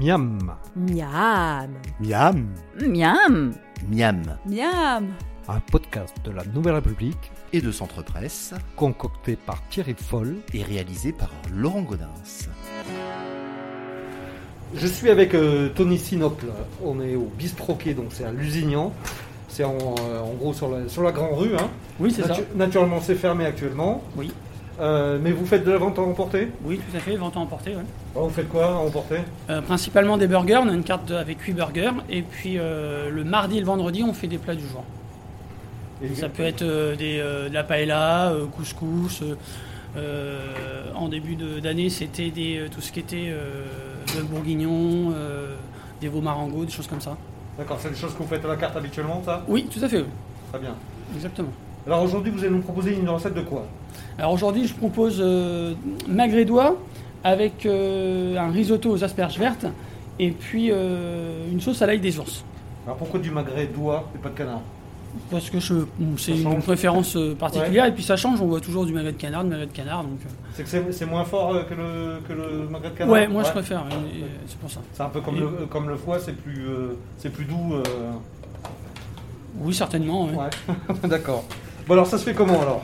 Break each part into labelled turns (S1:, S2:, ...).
S1: Miam.
S2: Miam.
S3: Miam.
S4: Miam.
S5: Miam
S4: Miam.
S1: Un podcast de la Nouvelle République
S5: et de Centre Presse
S1: concocté par Thierry Foll.
S5: est réalisé par Laurent Godin.
S1: Je suis avec euh, Tony Sinople. On est au Bistroquet, donc c'est à Lusignan. C'est en, euh, en gros sur la, sur la Grand Rue. hein.
S6: Oui, c'est ça.
S1: Natu- Naturellement, c'est fermé actuellement.
S6: Oui.
S1: Euh, mais vous faites de la vente à emporter Oh,
S6: Oui, tout à fait, vente à emporter. ouais.
S1: Vous faites quoi à emporter
S6: Euh, principalement des burgers, on a une carte de- avec 8 burgers. Et puis euh, le mardi et le vendredi, on fait des plats du jour.
S1: Et-
S6: Ça peut être euh, des, euh, de la paella, euh, couscous. euh, euh, en début de- d'année, c'était des, euh, tout ce qui était euh, bœuf bourguignon, euh, des veaux marangos, des choses comme ça.
S1: D'accord, c'est des choses que vous faites à la carte habituellement, ça
S6: Oui, tout à fait, oui.
S1: Très bien.
S6: exactement.
S1: Alors aujourd'hui, vous allez nous proposer une recette de quoi
S6: Alors aujourd'hui, je propose euh, magrédois avec euh, un risotto aux asperges vertes et puis euh, une sauce à l'ail des ours.
S1: Alors pourquoi du magret d'oie et pas de canard
S6: Parce que je- bon, c'est
S1: Ça change.
S6: une préférence euh, particulière et puis ça change, on voit toujours du magret de canard, du magret de canard. Donc, euh.
S1: C'est que c'est c'est moins fort euh, que le, que le magret de canard
S6: Ouais, moi je préfère, et- et c'est pour ça.
S1: C'est un peu comme,
S6: Et-
S1: le, comme le foie, c'est plus, euh, c'est plus doux. euh,
S6: Oui, certainement. ouais.
S1: Ouais, d'accord. Bon alors ça se fait comment alors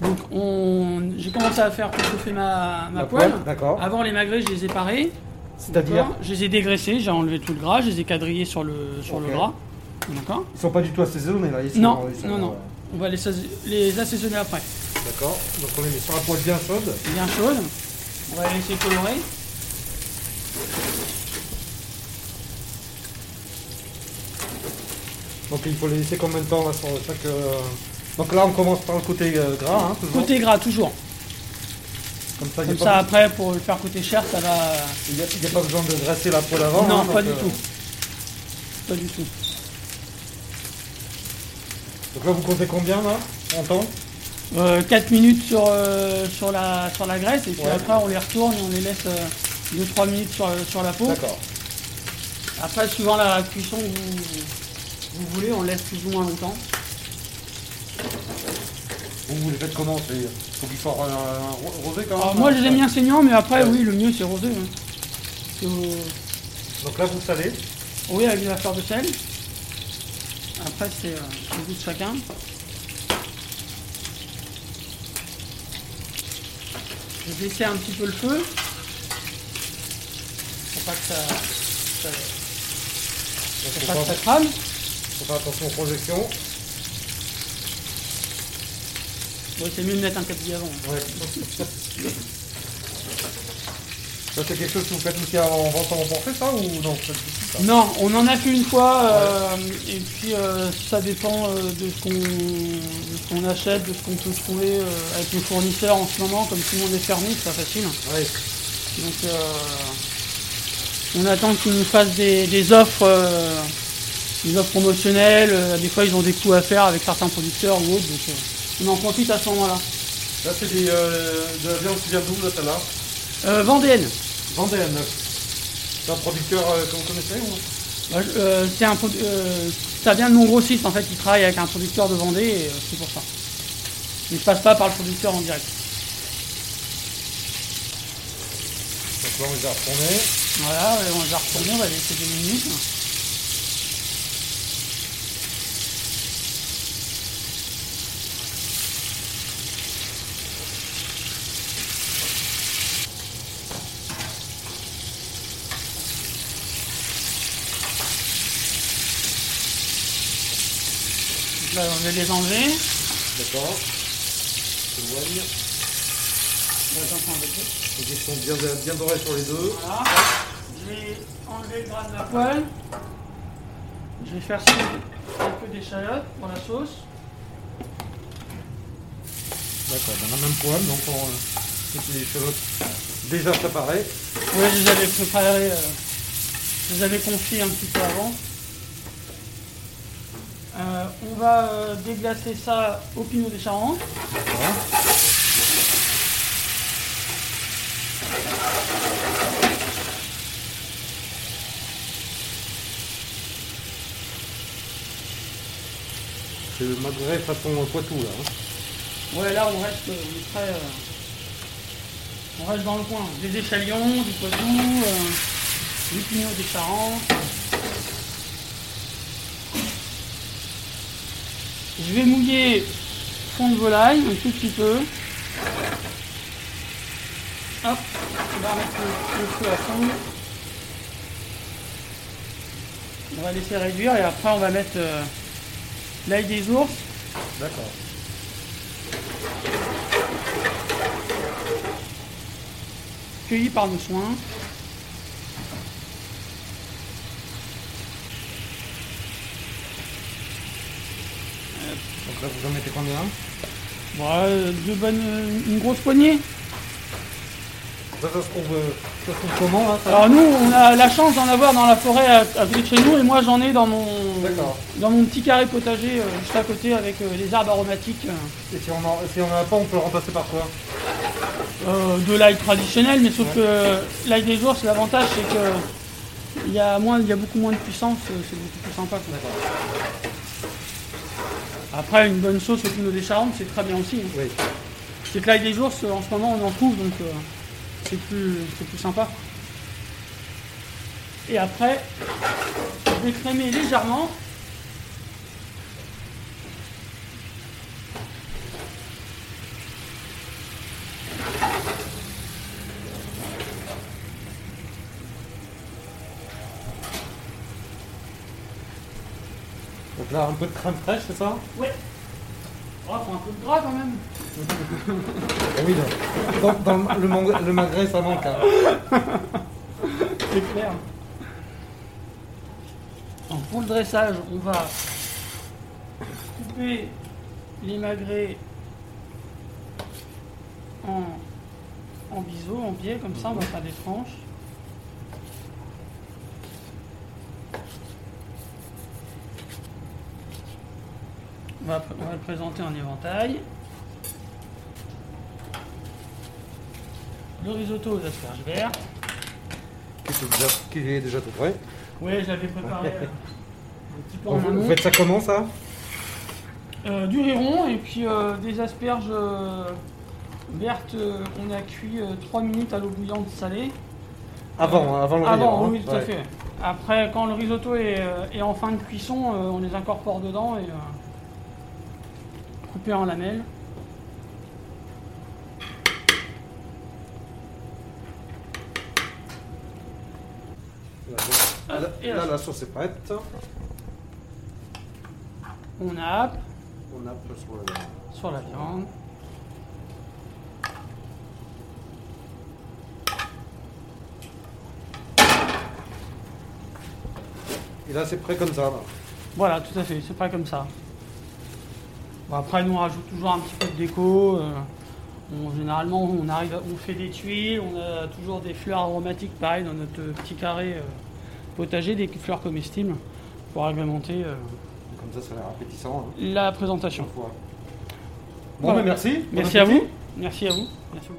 S6: Donc on... j'ai commencé à faire pour chauffer ma, ma
S1: La
S6: poêle. Ah,
S1: D'accord.
S6: Avant les magrets, je les ai parés.
S1: C'est-à-dire
S6: Je les ai dégraissés, j'ai enlevé tout le gras, je les ai quadrillés sur le, sur
S1: Ok.
S6: le gras. D'accord
S1: Ils sont pas du tout assaisonnés là ici
S6: Non,
S1: ils sont,
S6: non, non.
S1: euh,
S6: On va les, sais- les assaisonner après.
S1: D'accord. Donc on les met sur la poêle bien chaude.
S6: Bien chaude. On va les laisser colorer.
S1: Donc il faut les laisser combien de temps là sur chaque. euh, Donc là on commence par le côté euh, gras, hein, toujours.
S6: Côté gras, toujours.
S1: Comme ça, il
S6: Comme
S1: n'y a,
S6: ça,
S1: pas-
S6: après, pour le faire coûter cher, ça va.
S1: il y a- il y a pas besoin de graisser la poêle avant.
S6: non,
S1: hein,
S6: pas
S1: donc,
S6: du
S1: euh,
S6: tout. Pas du tout.
S1: Donc là vous comptez combien là En temps
S6: Euh, 4 minutes sur, euh, sur, la, sur la graisse, et puis
S1: Ouais.
S6: après, on les retourne et on les laisse 2-3 minutes sur, sur la peau.
S1: D'accord.
S6: Après, suivant la cuisson que vous, vous voulez, on laisse plus ou moins longtemps.
S1: Vous, vous les faites comment c'est... Faut qu'il soit euh, ro- rosé quand même
S6: Alors, Ah, moi,
S1: hein
S6: je les aime bien saignants, mais après, oui, le mieux, c'est rosé. hein. Parce que vous-
S1: Donc là vous salez.
S6: Oui, avec de la fleur de sel. Après, c'est euh, au goût de chacun. Je vais baisser un petit peu le feu. Pour pas que ça, ça-
S1: Donc,
S6: pour
S1: faut
S6: pas
S1: pas-
S6: que ça crame.
S1: faut faire attention aux projections.
S6: Bon, c'est mieux de mettre un tapis avant.
S1: Ouais. ça c'est quelque chose que vous faites aussi en vente à emporter ça ou non vous faites aussi ça
S6: Non, on en a fait une fois. euh, et puis, euh, ça dépend euh, de ce qu'on de ce qu'on achète, de ce qu'on peut trouver euh, avec nos fournisseurs en ce moment. Comme tout le monde est fermé, c'est pas facile.
S1: Ouais.
S6: Donc euh, on attend qu'ils nous fassent des, des offres, euh, des offres promotionnelles. Euh, Des fois ils ont des coups à faire avec certains producteurs ou autres. Donc euh, on en profite à ce moment-là.
S1: Là c'est des, euh, de la viande qui vient d'où là celle-là
S6: Euh, Vendéenne,
S1: Vendéenne. C'est un producteur euh, que vous connaissez ou
S6: Bah, je- euh, c'est un pro- euh, ça vient de mon grossiste en fait. Il travaille avec un producteur de Vendée et euh, c'est pour ça. Il ne passe pas par le producteur en direct.
S1: Donc là on les a retournés.
S6: Voilà, ouais, on va retourner, on va laisser deux minutes. Là, on va les enlever.
S1: D'accord. Je vois bien.
S6: On va attendre un peu.
S1: Donc ils sont bien, bien dorés sur les deux.
S6: Voilà. Je vais enlever le gras de la poêle. Je vais faire sauter un peu d'échalote pour la sauce.
S1: D'accord, dans la même poêle, donc on euh, c'est des chelottes déjà préparées.
S6: Oui, je les avais préparés, euh, je les avais confiés un petit peu avant. Euh, on va euh, déglacer ça au pinot des Charentes.
S1: C'est le magret façon euh, Poitou là. hein.
S6: Ouais, là on reste, euh, on est très, euh, on reste dans le coin. Des échalions, du poitou, euh, du pinot des Charentes. Je vais mouiller fond de volaille un tout petit peu. Hop, on va remettre le, le feu à fond. On va laisser réduire et après on va mettre euh, l'ail des ours.
S1: D'accord.
S6: cueilli par nos soins.
S1: Donc là, vous en mettez combien
S6: Voilà, euh, deux bonnes, euh, une grosse poignée.
S1: Ça, ça se trouve, euh, ça se trouve comment hein, ça
S6: Alors nous, on a la chance d'en avoir dans la forêt à, à côté de chez nous, et moi j'en ai dans mon
S1: D'accord.
S6: dans mon petit carré potager euh, juste à côté avec euh, les arbres aromatiques euh,
S1: Et si on en, si on en a pas, on peut le remplacer par quoi
S6: euh, de l'ail traditionnel, mais sauf
S1: Ouais.
S6: que l'ail des ours, l'avantage c'est que il y a moins, il y a beaucoup moins de puissance, euh, c'est beaucoup plus sympa. quoi.
S1: D'accord.
S6: Après, une bonne sauce au pinot des Charentes, c'est très bien aussi. hein.
S1: Oui.
S6: C'est que l'ail des ours, euh, en ce moment, on en trouve, donc euh, c'est plus, c'est plus sympa. Et après, je vais crémer légèrement.
S1: Donc là, un peu de crème fraîche, c'est ça
S6: Ouais. Oh, faut un peu de gras quand même.
S1: Eh Oui, donc, dans, dans le, mang- le magret, ça manque. hein.
S6: C'est clair. Donc pour le dressage, on va couper les magrets en, en biseau, en biais, comme ça on va faire des tranches. On va, on va le présenter en éventail. Le risotto aux asperges vertes.
S1: Qui est déjà, qui est déjà tout prêt.
S6: Ouais, je l'avais préparé euh, un petit peu en
S1: Donc, vous,
S6: amont.
S1: vous faites ça comment, ça
S6: Euh, du riron et puis euh, des asperges euh, vertes. euh, on a cuit 3 minutes à l'eau bouillante salée.
S1: Avant, hein, avant le rayon,
S6: Avant,
S1: hein.
S6: oui, tout à
S1: Ouais.
S6: fait. Après, quand le risotto est, euh, est en fin de cuisson, euh, on les incorpore dedans et euh, couper en lamelles.
S1: Là, donc,
S6: Hop, et
S1: Là,
S6: là,
S1: la sauce est prête.
S6: on happe
S1: On a sur le...
S6: sur la viande.
S1: Et là, c'est prêt comme ça. Là.
S6: Voilà, tout à fait, c'est pas comme ça. Bon, après, nous, on rajoute toujours un petit peu de déco. euh, on- généralement, on, arrive, à- on fait des tuiles, on a toujours des fleurs aromatiques, pareil, dans notre euh, petit carré euh, potager, des fleurs comestibles pour agrémenter euh,
S1: Comme ça, ça a l'air appétissant. hein.
S6: la présentation.
S1: Voilà. Bon,
S6: Voilà.
S1: ben, merci. Bon
S6: Merci à
S1: appétit.
S6: vous. Merci à vous. Merci à vous.